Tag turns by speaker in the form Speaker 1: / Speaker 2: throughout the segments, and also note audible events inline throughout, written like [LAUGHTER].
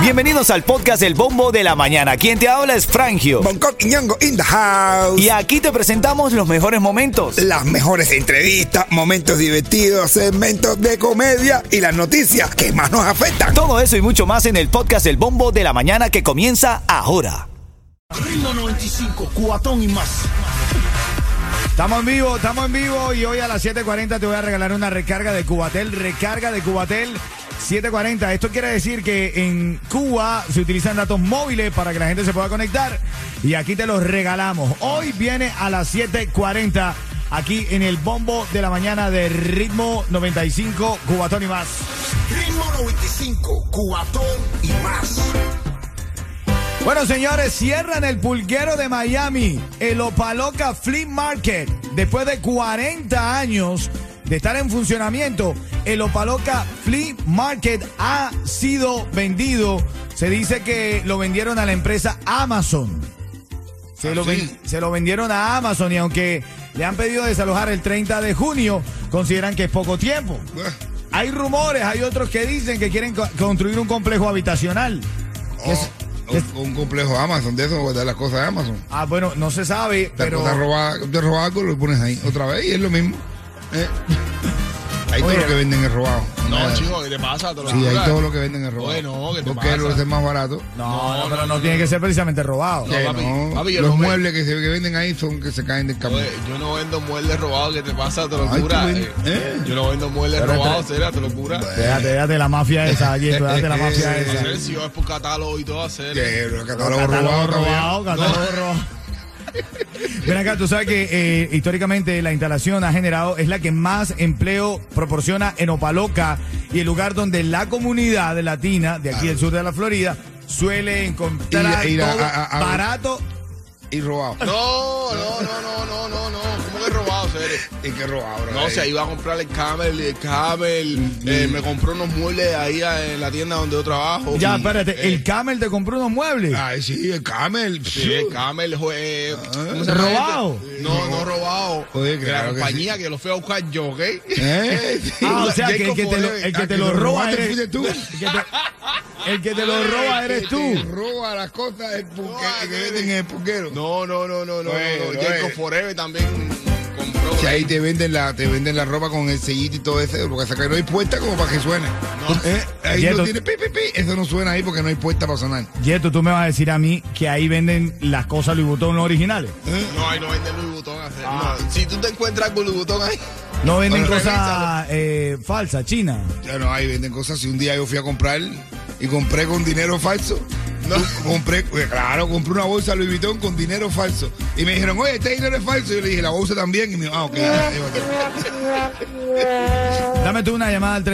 Speaker 1: Bienvenidos al podcast El Bombo de la Mañana. Quien te habla es Frangio.
Speaker 2: Bangkok y Ñongo in the house.
Speaker 1: Y aquí te presentamos los mejores momentos.
Speaker 2: Las mejores entrevistas, momentos divertidos, segmentos de comedia y las noticias que más nos afectan.
Speaker 1: Todo eso y mucho más en el podcast El Bombo de la Mañana que comienza ahora.
Speaker 3: Ritmo 95, cuatón y más.
Speaker 4: Estamos en vivo, estamos en vivo y hoy a las 7.40 te voy a regalar una recarga de Cubatel, recarga de Cubatel 7.40. Esto quiere decir que en Cuba se utilizan datos móviles para que la gente se pueda conectar y aquí te los regalamos. Hoy viene a las 7.40 aquí en el bombo de la mañana de ritmo 95 Cubatón y más.
Speaker 3: Ritmo 95, cuatón y más.
Speaker 4: Bueno, señores, cierran el pulguero de Miami, el Opaloca Flea Market. Después de 40 años de estar en funcionamiento, el Opaloca Flea Market ha sido vendido. Se dice que lo vendieron a la empresa Amazon. Se, lo, ven- se lo vendieron a Amazon y aunque le han pedido desalojar el 30 de junio, consideran que es poco tiempo.
Speaker 5: Pues,
Speaker 4: Hay rumores, hay otros que dicen que quieren co- construir un complejo habitacional. Que es-
Speaker 6: O-
Speaker 4: que es-
Speaker 6: o Oh, un complejo Amazon, de eso, de las cosas de Amazon.
Speaker 4: Ah, bueno, no se sabe,
Speaker 6: Te
Speaker 4: pero.
Speaker 6: cosas robadas, te robas algo y lo pones ahí otra vez y es lo mismo.
Speaker 5: [LAUGHS]
Speaker 6: Eh. Ahí
Speaker 4: Oye.
Speaker 6: todo lo que venden es robado.
Speaker 5: No,
Speaker 6: Nada.
Speaker 5: chico, ¿qué te pasa? Te lo
Speaker 6: Sí, ahí
Speaker 5: juro.
Speaker 6: todo lo que venden es robado.
Speaker 5: Oye, no, ¿qué te
Speaker 6: Porque
Speaker 5: pasa?
Speaker 6: lo hacen más barato.
Speaker 4: No, no,
Speaker 5: No,
Speaker 4: pero no,
Speaker 5: no, no,
Speaker 4: tiene
Speaker 5: no.
Speaker 4: que ser precisamente robado.
Speaker 6: Que
Speaker 5: papi,
Speaker 6: no.
Speaker 5: papi, yo
Speaker 6: los
Speaker 5: no vendo.
Speaker 6: muebles que, se, que venden ahí son que se caen del camión.
Speaker 5: Oye, yo no vendo muebles robados, ¿qué te pasa? Te lo
Speaker 6: Ay,
Speaker 5: jura.
Speaker 6: tú ven-
Speaker 5: Eh,
Speaker 6: eh.
Speaker 5: Yo no vendo muebles
Speaker 4: Pero
Speaker 5: robados, será, te lo Eh, jura.
Speaker 4: Déjate, déjate la mafia esa, allí, déjate
Speaker 6: [LAUGHS]
Speaker 4: la mafia esa.
Speaker 5: Hacer, Si yo es por catálogo y todo, hacer.
Speaker 6: Que los catálogos
Speaker 4: Catálogo
Speaker 6: robados todavía.
Speaker 4: robado, catálogo robado. Mira acá, tú sabes que eh, históricamente la instalación ha generado, es la que más empleo proporciona en Opaloca y el lugar donde la comunidad latina de aquí del sur de la Florida suele encontrar
Speaker 6: Ah. Ir- ir a-
Speaker 4: todo
Speaker 6: a- a- a-
Speaker 4: barato.
Speaker 6: Y robado.
Speaker 5: No, no, no, no, no, no, no. ¿Cómo que robado, Cere?
Speaker 6: Y que robado, bro.
Speaker 5: No,
Speaker 6: Ahí.
Speaker 5: se iba a comprar el camel, el camel. eh, me compró unos muebles ahí eh, en la tienda donde yo
Speaker 6: Oh,
Speaker 5: trabajo.
Speaker 4: Ya,
Speaker 5: Y,
Speaker 4: espérate,
Speaker 5: eh,
Speaker 4: el Camel te compró unos muebles.
Speaker 6: Ay, sí, el camel.
Speaker 5: Sí, el camel, joder. ¿Cómo se llama
Speaker 4: ¿Robado?
Speaker 5: este? No, no robado.
Speaker 6: Joder,
Speaker 5: De
Speaker 6: claro
Speaker 5: la
Speaker 6: que
Speaker 5: compañía que, lo fui a buscar yo, ¿ok?
Speaker 6: [LAUGHS] Eh, sí.
Speaker 4: Ah, o sea, que el
Speaker 5: Jacob
Speaker 4: que te lo,
Speaker 5: Forever.
Speaker 4: el que
Speaker 6: Ah,
Speaker 4: te lo roba
Speaker 6: robaste
Speaker 4: eres
Speaker 6: fuiste tú.
Speaker 4: El que te- el que te lo roba eres tú.
Speaker 6: Te roba las cosas el pulque- que venden en el pulquero.
Speaker 5: No, no, no, no, no.
Speaker 6: Bueno,
Speaker 5: no,
Speaker 6: eh.
Speaker 5: no. Jacob Forever también compró.
Speaker 6: Si ahí te venden la, te venden la ropa con el sellito y todo eso, porque saca no hay puerta como para que suene.
Speaker 5: [LAUGHS]
Speaker 6: Eh, Ahí
Speaker 4: Yeto.
Speaker 6: no tiene pi, pi, pi, eso no suena ahí porque no hay puerta para sonar.
Speaker 4: Yeto, tú me vas a decir a mí que ahí venden las cosas Louis Vuitton no originales.
Speaker 5: No, ahí no venden Louis Vuitton. hacer- no. Si tú te encuentras con Louis Vuitton ahí.
Speaker 4: No venden
Speaker 5: Bueno,
Speaker 4: cosas eh, falsas, chinas.
Speaker 6: Ya no, ahí venden cosas. Si un día yo fui a comprar y compré con dinero falso. No. Compré, pues, claro, compré una bolsa Louis Vuitton con dinero falso. Y me dijeron, oye, este dinero es falso. Y yo le dije, la bolsa también. Y me dijo, ah, ok, ya, llévatelo".
Speaker 4: Dame tú una llamada al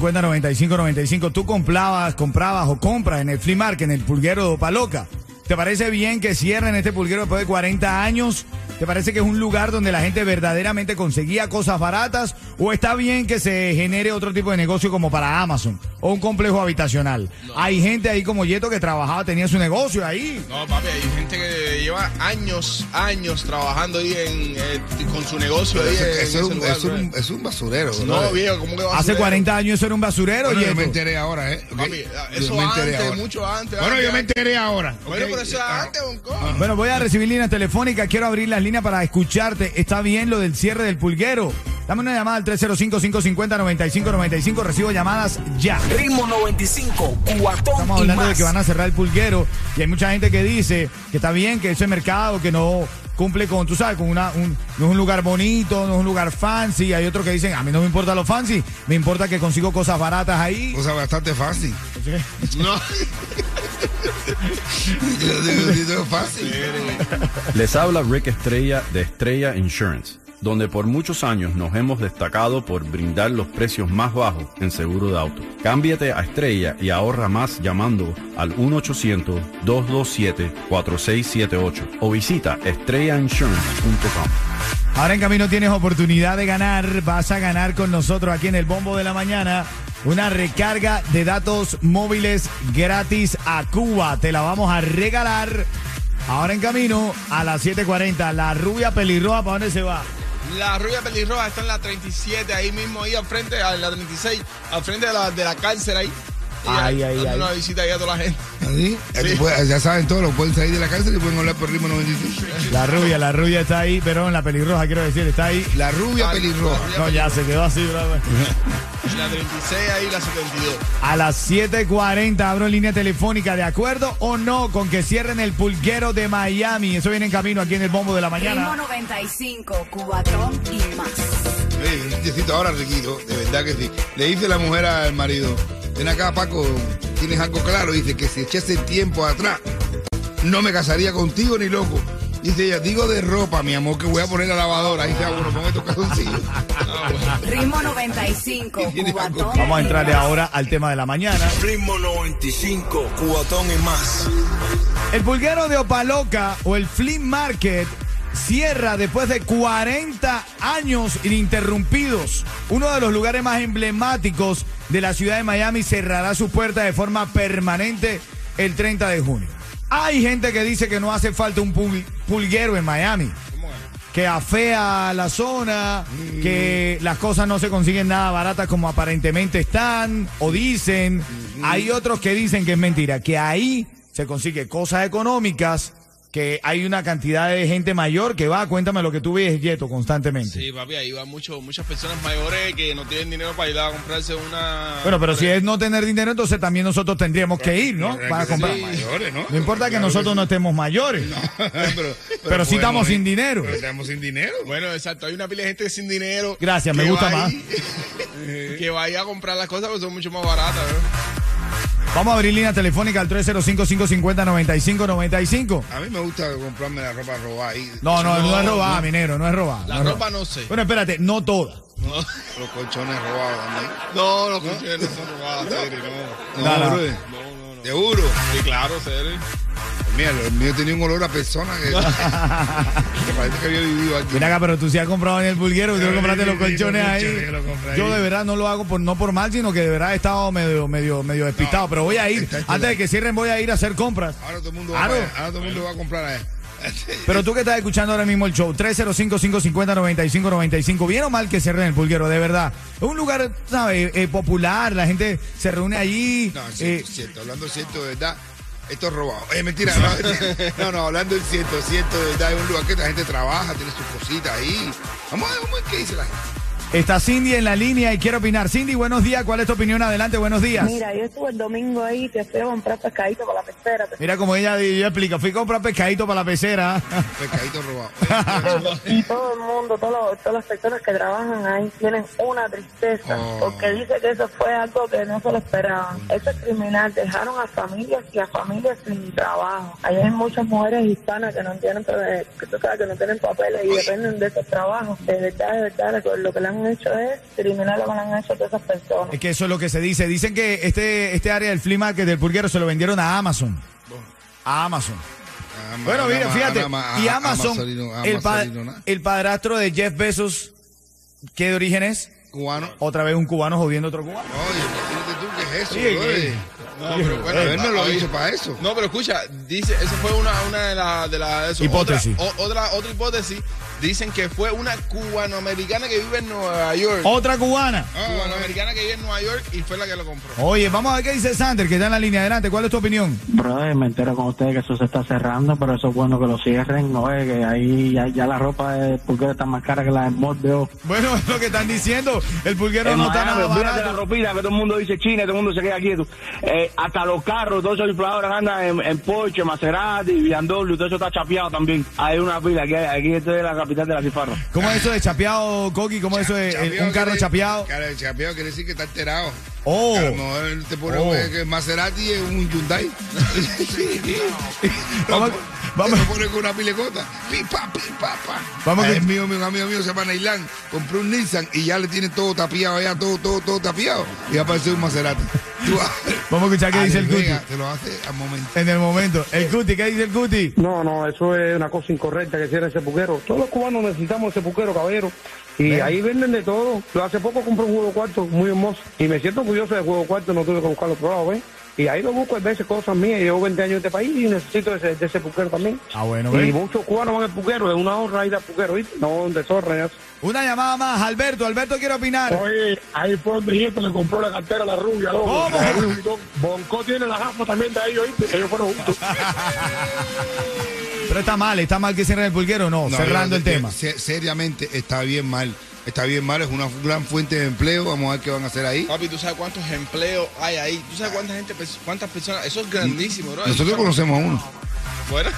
Speaker 4: 305-550-9595. Tú comprabas, comprabas o compras en el flea market, en el pulguero de Opaloca. ¿Te parece bien que cierren este pulguero después de 40 años? ¿Te parece que es un lugar donde la gente verdaderamente conseguía cosas baratas? ¿O está bien que se genere otro tipo de negocio como para Amazon o un complejo habitacional? Hay gente ahí como Yeto que trabajaba, tenía su negocio ahí.
Speaker 5: No, papi, hay gente que lleva años, años trabajando ahí en, eh, con su negocio ahí. en
Speaker 6: Eso
Speaker 5: ese
Speaker 6: es un-
Speaker 5: lugar,
Speaker 6: es un-
Speaker 5: bro.
Speaker 6: es un basurero.
Speaker 5: No,
Speaker 6: brother.
Speaker 5: viejo, ¿cómo que va a
Speaker 4: Hace
Speaker 5: ser?
Speaker 4: 40 años eso era un basurero,
Speaker 6: Bueno, yo
Speaker 4: Yeto.
Speaker 6: me enteré ahora, ¿eh? ¿ok?
Speaker 5: Papi, eso
Speaker 6: Yo me enteré
Speaker 5: antes, mucho antes,
Speaker 6: Bueno,
Speaker 5: antes,
Speaker 6: yo me
Speaker 5: antes.
Speaker 6: enteré ahora. ¿ok?
Speaker 5: Bueno, pero eso es
Speaker 6: Ah,
Speaker 5: antes, Bonco.
Speaker 4: Bueno, voy a recibir líneas telefónicas. Quiero abrir las líneas para escucharte. Está bien lo del cierre del pulguero. Dame una llamada al 305-550-9595. Recibo llamadas ya.
Speaker 3: Ritmo 95, cuatón
Speaker 4: Estamos
Speaker 3: y
Speaker 4: hablando
Speaker 3: más.
Speaker 4: de que van a cerrar el pulguero. Y hay mucha gente que dice que está bien, que ese mercado que no cumple con, tú sabes, con una, un, no es un lugar bonito, no es un lugar fancy. Hay otros que dicen, a mí no me importa lo fancy, me importa que consigo cosas baratas ahí.
Speaker 6: Cosa bastante fácil. [LAUGHS]
Speaker 5: No.
Speaker 6: Yo digo, sí, todo es fácil.
Speaker 7: Les habla Rick Estrella de Estrella Insurance, donde por muchos años nos hemos destacado por brindar los precios más bajos en seguro de auto. Cámbiate a Estrella y ahorra más llamando al 1-800-227-4678 o visita estrellainsurance.com.
Speaker 4: Ahora en camino tienes oportunidad de ganar. Vas a ganar con nosotros aquí en el Bombo de la Mañana una recarga de datos móviles gratis a Cuba. Te la vamos a regalar. Ahora en camino a las 7:40. La rubia pelirroja, ¿para dónde se va?
Speaker 5: La rubia pelirroja está en la 37, ahí mismo, ahí al frente, en la 36, al frente de la, de la cárcel ahí. Y
Speaker 4: Ay,
Speaker 5: ahí,
Speaker 4: ay,
Speaker 5: dando
Speaker 4: ay.
Speaker 5: una visita ahí a toda la gente.
Speaker 6: ¿Así? Ya te puede- Ya saben todos, los pueden salir de la cárcel y pueden hablar por ritmo 95.
Speaker 4: La rubia, la rubia está ahí, pero en la pelirroja, quiero decir, está ahí.
Speaker 6: La rubia
Speaker 5: Ay,
Speaker 6: pelirroja.
Speaker 4: No, ya se quedó así, brother.
Speaker 5: La 36 ahí, la 72.
Speaker 4: A las 7.40 abro línea telefónica, ¿de acuerdo o no con que cierren el pulguero de Miami? Eso viene en camino aquí en el bombo de la
Speaker 8: Ritmo
Speaker 4: mañana.
Speaker 8: 95, cubatón y más.
Speaker 6: Oye, Eh, un tiecito ahora, Riquito, de verdad que sí. Le dice la mujer al marido, ven acá, Paco, tienes algo claro. Dice que si echase tiempo atrás, no me casaría contigo ni loco. Dice ella, digo de ropa, mi amor, que voy a poner la lavadora. Ahí está, bueno, pon estos
Speaker 4: [LAUGHS]
Speaker 6: calzoncillos. Ah, bueno.
Speaker 8: Ritmo 95, cubatón.
Speaker 4: Vamos a
Speaker 8: y
Speaker 4: entrarle
Speaker 8: más.
Speaker 4: ahora al tema de la mañana.
Speaker 3: Ritmo 95, cuatón y más.
Speaker 4: El pulguero de Opaloca o el flea market cierra después de 40 años ininterrumpidos. Uno de los lugares más emblemáticos de la ciudad de Miami cerrará sus puertas de forma permanente el 30 de junio. Hay gente que dice que no hace falta un pul- pulguero en Miami. Que afea la zona, que las cosas no se consiguen nada baratas como aparentemente están o dicen. Hay otros que dicen que es mentira, que ahí se consigue cosas económicas, que hay una cantidad de gente mayor que va, cuéntame lo que tú ves, Yeto, constantemente.
Speaker 5: Sí, papi, ahí van mucho, muchas personas mayores que no tienen dinero para ir a comprarse una.
Speaker 4: Bueno, pero si es no tener dinero, entonces también nosotros tendríamos que ir, ¿no?
Speaker 6: Habrá
Speaker 4: Para
Speaker 6: que
Speaker 4: comprar.
Speaker 6: ser mayores,
Speaker 4: [LAUGHS]
Speaker 6: ¿no?
Speaker 4: No importa que
Speaker 6: Claro
Speaker 4: nosotros no
Speaker 6: sí.
Speaker 4: estemos mayores.
Speaker 6: pero, eh,
Speaker 4: Pero sí estamos
Speaker 6: podemos ir.
Speaker 4: sin dinero.
Speaker 6: Pero estamos sin dinero.
Speaker 5: Bueno, exacto, hay una pila de gente sin dinero.
Speaker 4: Gracias, me
Speaker 5: que
Speaker 4: gusta
Speaker 5: va
Speaker 4: más.
Speaker 5: ahí, que vaya a comprar las cosas, pero son mucho más baratas, ¿eh? ¿no?
Speaker 4: Vamos a abrir línea telefónica al 305-550-9595.
Speaker 6: A mí me gusta comprarme la ropa robada ahí.
Speaker 4: No, no, no, es robada, minero, no es robada.
Speaker 5: La
Speaker 4: Ah, no es
Speaker 5: ropa
Speaker 4: robada.
Speaker 5: no sé.
Speaker 4: Bueno, espérate, no toda.
Speaker 6: Los colchones robados también.
Speaker 5: No, los coches no son robadas, Terry, no.
Speaker 6: No,
Speaker 4: Dala.
Speaker 6: brother. Seguro.
Speaker 5: Sí, claro, Terry.
Speaker 6: Mira, el mío tenía un olor a persona
Speaker 4: [LAUGHS]
Speaker 6: que, que parece que había vivido aquí.
Speaker 4: Mira acá, pero tú sí has comprado en el pulguero, tú
Speaker 6: Sí,
Speaker 4: compraste
Speaker 6: sí,
Speaker 4: los
Speaker 6: sí,
Speaker 4: colchones
Speaker 6: los
Speaker 4: ahí.
Speaker 6: colchones que lo compré ahí.
Speaker 4: Yo de verdad no lo hago por no por mal, sino que de verdad he estado medio, medio, medio despistado. pero voy a ir,
Speaker 6: está chulo.
Speaker 4: antes de que cierren, voy a ir a hacer compras.
Speaker 6: Ahora todo el mundo va,
Speaker 4: Claro.
Speaker 6: para allá, ahora todo el mundo va a comprar allá.
Speaker 4: Pero tú que estás escuchando ahora mismo el show, 305-550-9595, bien o mal que cierren el pulguero, de verdad. Es un lugar, ¿sabes? Eh, popular, la gente se reúne allí.
Speaker 6: No, es
Speaker 4: eh,
Speaker 6: cierto, cierto. Hablando cierto de verdad, esto es robado. Eh, mentira. No, mentira.
Speaker 4: [LAUGHS]
Speaker 6: no, [LAUGHS] no, hablando del cierto, cierto de verdad, es un lugar que la gente trabaja, tiene sus cositas ahí. Vamos a ver, vamos a ver qué dice la gente.
Speaker 4: está Cindy en la línea y quiero opinar. Cindy, buenos días, ¿cuál es tu opinión? Adelante, buenos días.
Speaker 9: Mira, yo estuve el domingo ahí, te fui a comprar pescadito para la pecera.
Speaker 4: Mira como ella di- ella explica, fui a comprar pescadito para la pecera. [LAUGHS]
Speaker 6: Pescadito robado. Eh,
Speaker 9: Y todo el mundo, todos los- todas las personas que trabajan ahí tienen una tristeza,
Speaker 6: Oh.
Speaker 9: porque dice que eso fue algo que no se lo esperaban. Eso es criminal, dejaron a familias y a familias sin trabajo. Ahí hay muchas mujeres hispanas que no tienen, pa- que, tú sabes, que no tienen papeles y dependen de esos trabajos. De verdad, de verdad, lo- lo que le han hecho es criminal lo que le han hecho a todas esas personas.
Speaker 4: Es que eso es lo que se dice. Dicen que este, este área del flea market del pulguero se lo vendieron a Amazon. A Amazon.
Speaker 6: Ah,
Speaker 4: Bueno,
Speaker 6: ah,
Speaker 4: mira,
Speaker 6: ah,
Speaker 4: fíjate.
Speaker 6: ah, ah,
Speaker 4: Y
Speaker 6: ah,
Speaker 4: Amazon,
Speaker 6: amazonino,
Speaker 4: el, pa-
Speaker 6: amazonino, nada.
Speaker 4: el padrastro de Jeff Bezos, ¿qué de origen es?
Speaker 6: Cubano.
Speaker 4: Otra vez un cubano jodiendo a otro cubano.
Speaker 6: Oye, imagínate tú qué es eso,
Speaker 4: Sí,
Speaker 6: brother.
Speaker 4: que-
Speaker 5: No, pero bueno,
Speaker 6: Él no lo
Speaker 5: oye,
Speaker 6: hizo para eso.
Speaker 4: eh,
Speaker 5: No, pero escucha, dice, eso fue una, una de las de la, de eso.
Speaker 4: Hipótesis.
Speaker 5: Otra, o- otra, otra hipótesis, dicen que fue una cubanoamericana que vive en Nueva York.
Speaker 4: Otra cubana.
Speaker 5: Cubanoamericana que vive en Nueva York y fue la que lo compró.
Speaker 4: Oye, vamos a ver qué dice Sander, que está en la línea. Adelante, ¿cuál es tu opinión?
Speaker 10: Brother, me entero con ustedes que eso se está cerrando, pero eso es bueno que lo cierren, ¿no? Eh, que ahí ya, ya la ropa de pulguero está más cara que la del Mordeo.
Speaker 4: Bueno, [LAUGHS] es lo que están diciendo. El pulguero no está nada
Speaker 11: Olvídate de la
Speaker 4: barato.
Speaker 11: ropita que todo el mundo dice China, y todo el mundo se queda quieto. Eh, hasta los carros, todos esos infladores andan en, en Porsche, Maserati, BMW, todo eso está chapeado también. Hay una pila, aquí, Eh, aquí esto es la capital de la cifarra.
Speaker 4: ¿Cómo es eso de chapeado, Coqui? ¿Cómo es eso de el-
Speaker 6: Chapeado
Speaker 4: un carro
Speaker 6: quiere-
Speaker 4: chapeado?
Speaker 6: Cara, chapeado quiere decir que está alterado.
Speaker 4: Oh.
Speaker 6: A lo mejor te pone
Speaker 4: Oh.
Speaker 6: que Maserati es un
Speaker 4: [LAUGHS]
Speaker 6: Hyundai.
Speaker 4: Vamos-
Speaker 6: Vamos.
Speaker 4: vamos-
Speaker 6: Se pone con una pilecota. Pi, pa, pi, pa, pa.
Speaker 4: Vamos
Speaker 6: Vamos
Speaker 4: que-
Speaker 6: que... mío, mío, un amigo mío se llama Neyland. Compró un Nissan y ya le tiene todo tapiado allá, todo, todo, todo tapiado. Y va a parecer un Maserati. Tú vas-
Speaker 4: Vamos a escuchar
Speaker 6: Ah,
Speaker 4: qué dice el Cuti.
Speaker 6: Venga, Te lo hace al momento.
Speaker 4: En el momento. El Cuti, ¿qué dice el Cuti?
Speaker 10: No, no, eso es una cosa incorrecta que cierren ese puquero. Todos los cubanos necesitamos ese puquero, caballero. Y ahí venden de todo. Yo hace poco compré un juego cuarto muy hermoso. Y me siento orgulloso del juego cuarto, no tuve que buscarlo probado, ¿ves?
Speaker 12: Y ahí lo busco a veces cosas mías. Llevo 20 años en este país y necesito de ese, de ese puquero también.
Speaker 4: Ah, bueno,
Speaker 12: y
Speaker 4: ¿ves?
Speaker 12: muchos cubanos van al puquero, es una honra ir al puquero, ¿viste? No, un desorden. eso.
Speaker 4: Una llamada más, Alberto. Alberto quiere opinar.
Speaker 13: Oye, ahí fue donde Hilton le compró la cartera a la rubia, loco.
Speaker 4: ¿Cómo?
Speaker 13: La Louis Vuitton. Bonco tiene la jafa también de ahí, oíste, que ellos fueron juntos.
Speaker 4: Pero está mal, está mal que cierren el pulguero, no,
Speaker 6: No, yo-
Speaker 4: cerrando el
Speaker 6: yo-
Speaker 4: tema.
Speaker 6: se- seriamente, está bien mal. Está bien mal, es una gran fuente de empleo. Vamos a ver qué van a hacer ahí.
Speaker 5: Papi, tú sabes cuántos empleos hay ahí. Tú sabes cuánta gente, pues, cuántas personas. Eso es grandísimo, bro.
Speaker 6: Nosotros conocemos a uno.
Speaker 5: Bueno.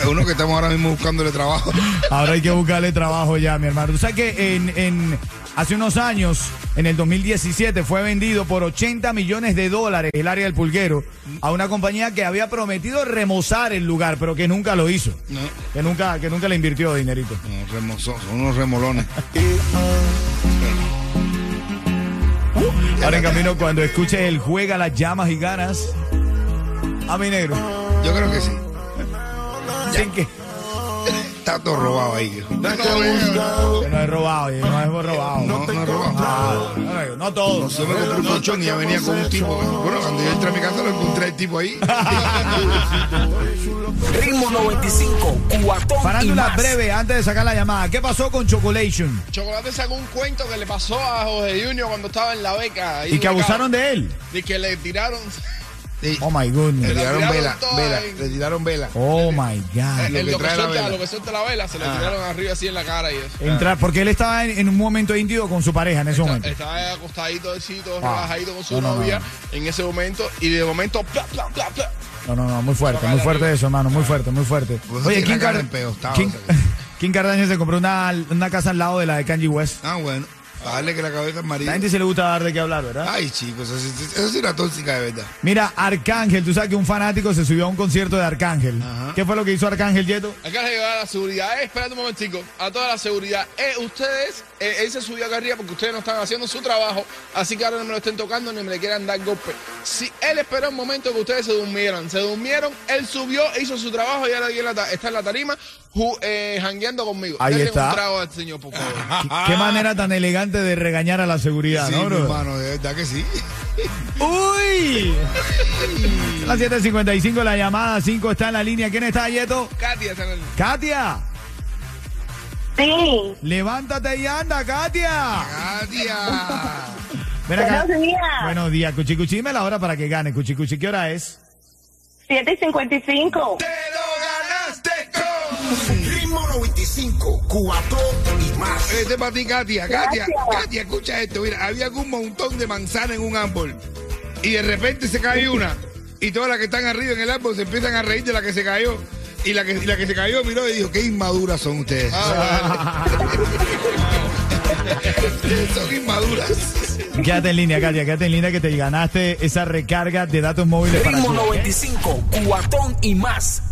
Speaker 6: Es uno que estamos ahora mismo buscándole
Speaker 4: [LAUGHS]
Speaker 6: trabajo.
Speaker 4: Ahora hay que buscarle trabajo ya, mi hermano. Tú sabes que en, en- hace unos años, en el 2017, fue vendido por 80 millones de dólares el área del pulguero a una compañía que había prometido remozar el lugar, pero que nunca lo hizo.
Speaker 6: No,
Speaker 4: Que nunca, que nunca le invirtió dinerito.
Speaker 6: no, remozo- son unos remolones.
Speaker 4: Ahora en camino, cuando escuches el juega las llamas y ganas, a mi negro.
Speaker 6: Yo creo que sí.
Speaker 4: Sin que.
Speaker 6: Está todo robado ahí.
Speaker 4: Que no es robado, yo no es robado.
Speaker 6: No, no es robado.
Speaker 4: No, no, no todo.
Speaker 6: Yo me compré un colchón y ya venía con un tipo. Bueno, cuando yo entré a mi casa lo encontré el tipo
Speaker 4: [LAUGHS]
Speaker 6: ahí.
Speaker 4: Ritmo 95, cuatón. Farándula breve, antes de sacar la llamada. ¿Qué pasó con Chocolation?
Speaker 5: [LAUGHS] Chocolate sacó un cuento que le pasó a Jorge Junior cuando estaba en la beca.
Speaker 4: Y que abusaron de él.
Speaker 5: De que le tiraron. [LAUGHS]
Speaker 4: Oh my goodness.
Speaker 6: Le tiraron
Speaker 5: tiraron
Speaker 6: vela,
Speaker 5: toda
Speaker 6: vela,
Speaker 5: en-
Speaker 6: le tiraron vela.
Speaker 4: Oh my God.
Speaker 5: el-
Speaker 6: que
Speaker 5: lo, que
Speaker 6: trae la
Speaker 5: suelta,
Speaker 6: vela.
Speaker 5: lo que suelta la vela se lo
Speaker 6: Ah.
Speaker 5: tiraron arriba así en la cara y eso.
Speaker 4: Entrar, porque él estaba en, en un momento íntimo con su pareja en ese momento.
Speaker 5: Estaba acostadito así, todo
Speaker 4: Ah.
Speaker 5: relajadito con su
Speaker 4: No, no, no,
Speaker 5: novia en ese momento y de momento pla, pla, pla, pla.
Speaker 4: No, no, no, muy fuerte, muy fuerte eso, hermano, muy fuerte, muy fuerte.
Speaker 6: Pues
Speaker 4: Oye,
Speaker 6: tiene
Speaker 4: Kim,
Speaker 6: Ah. la cara
Speaker 4: Car-
Speaker 6: empeostada,
Speaker 4: Kim-
Speaker 6: o sea
Speaker 4: [LAUGHS] Kim Kardashian se compró una, una casa al lado de la de Kanye West.
Speaker 6: Ah, bueno. para Darle que la cabeza es
Speaker 4: La
Speaker 6: marido.
Speaker 4: gente se le gusta dar de qué hablar, ¿verdad?
Speaker 6: Ay, chicos, eso, sí- eso sí es una tóxica de verdad.
Speaker 4: Mira, Arcángel, tú sabes que un fanático se subió a un concierto de Arcángel. ¿Qué fue lo que hizo Arcángel Yeto?
Speaker 5: Acá le llegaba la seguridad, eh, espérate un momentico, a toda la seguridad, eh, ustedes, eh, él se subió acá arriba porque ustedes no están haciendo su trabajo, así que ahora no me lo estén tocando ni me le quieran dar golpe. Si él esperó un momento que ustedes se durmieran, se durmieron, él subió, hizo su trabajo y ahora aquí en la ta- está en la tarima ju- eh, jangueando conmigo.
Speaker 4: Ahí
Speaker 5: Denle
Speaker 4: está.
Speaker 5: un trago al señor, por
Speaker 4: [LAUGHS]
Speaker 5: favor.
Speaker 4: Qué manera tan elegante de regañar a la seguridad,
Speaker 6: Ah. Sí,
Speaker 4: ¿no,
Speaker 6: mi
Speaker 4: bro?
Speaker 6: hermano, de verdad que sí.
Speaker 4: ¡Uy! [LAUGHS] Son Las 7.55 la llamada, 5 está en la línea. ¿Quién está, Yeto?
Speaker 5: Katia, está en el-
Speaker 4: ¡Katia!
Speaker 9: Sí.
Speaker 4: ¡Levántate y anda, Katia!
Speaker 6: Katia.
Speaker 4: Ven acá.
Speaker 9: Buenos días.
Speaker 4: Buenos días, Cuchicuchi. Dime la hora para que gane, Cuchicuchi. ¿Qué hora es?
Speaker 9: 7 y 55.
Speaker 3: Ritmo 95, cuatón y más.
Speaker 6: Este es para ti, Katia. Katia,
Speaker 9: Gracias.
Speaker 6: Katia, escucha esto. Mira, había un montón de manzanas en un árbol. Y de repente se cae una. Y todas las que están arriba en el árbol se empiezan a reír de la que se cayó. Y la que, y la que se cayó miró y dijo, qué inmaduras son ustedes. [LAUGHS] son inmaduras.
Speaker 4: Quédate en línea, Katia. Quédate en línea que te ganaste esa recarga de datos móviles para
Speaker 14: Ritmo
Speaker 4: tu-
Speaker 14: 95, cuatón y más.